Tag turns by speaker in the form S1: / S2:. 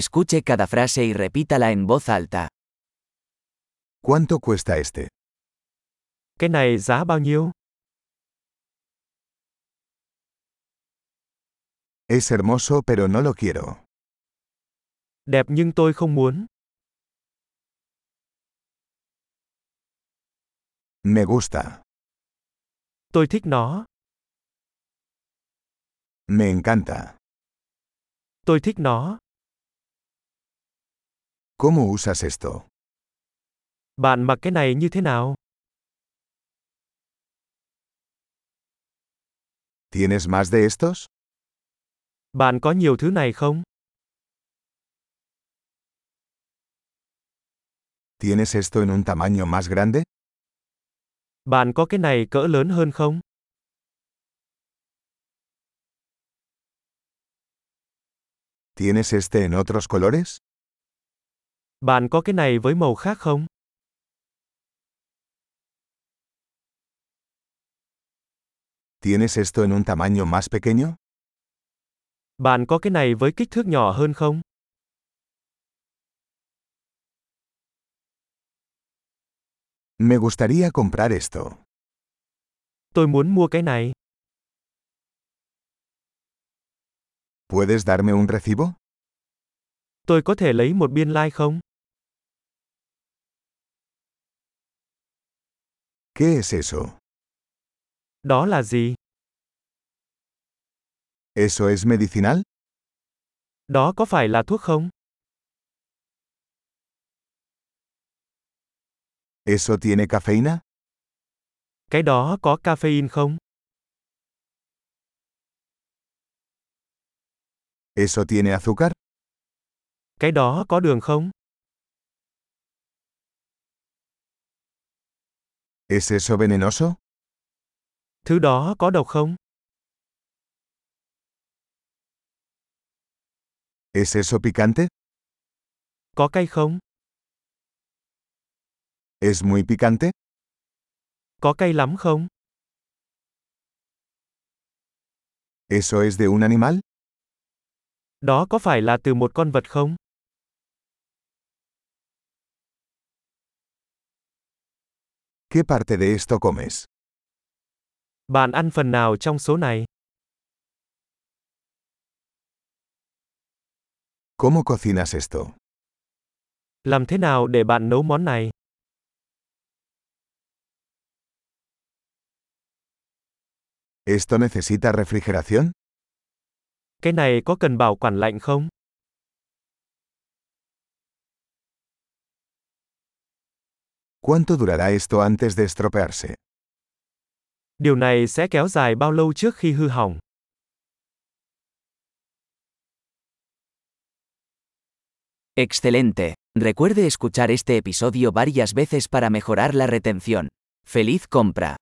S1: Escuche cada frase y repítala en voz alta.
S2: ¿Cuánto cuesta este?
S3: Cái này giá bao nhiêu?
S2: Es hermoso pero no lo quiero.
S3: Đẹp nhưng tôi không muốn.
S2: Me gusta.
S3: Tôi thích nó.
S2: Me encanta.
S3: Tôi thích nó.
S2: ¿Cómo usas esto?
S3: Bạn mặc cái này như thế nào?
S2: ¿Tienes más de estos?
S3: Bạn có nhiều thứ này không?
S2: ¿Tienes esto en un tamaño más grande?
S3: Bạn có cái này cỡ lớn hơn không?
S2: ¿Tienes este en otros colores?
S3: Bạn có cái này với màu khác không?
S2: ¿Tienes esto en un tamaño más pequeño?
S3: Bạn có cái này với kích thước nhỏ hơn không?
S2: Me gustaría comprar esto.
S3: Tôi muốn mua cái này.
S2: ¿Puedes darme un recibo?
S3: Tôi có thể lấy một biên lai không?
S2: ¿Qué es eso?
S3: Đó là gì?
S2: ¿Eso es medicinal?
S3: Đó có phải là thuốc không?
S2: ¿Eso tiene cafeína?
S3: Cái đó có caffeine không?
S2: ¿Eso tiene azúcar?
S3: Cái đó có đường không?
S2: ¿Es eso venenoso?
S3: Thứ đó có độc không?
S2: ¿Es eso picante?
S3: Có cay không?
S2: ¿Es muy picante?
S3: Có cay lắm không?
S2: ¿Eso es de un animal?
S3: Đó có phải là từ một con vật không?
S2: ¿Qué parte de esto comes?
S3: Bạn ăn phần nào trong số này?
S2: ¿Cómo cocinas esto?
S3: Làm thế nào để bạn nấu món này?
S2: ¿Esto necesita refrigeración?
S3: Cái này có cần bảo quản lạnh không?
S2: ¿Cuánto durará esto antes de estropearse?
S3: Điều này sẽ kéo dài bao lâu trước khi hư hỏng?
S1: Excelente. Recuerde escuchar este episodio varias veces para mejorar la retención. ¡Feliz compra!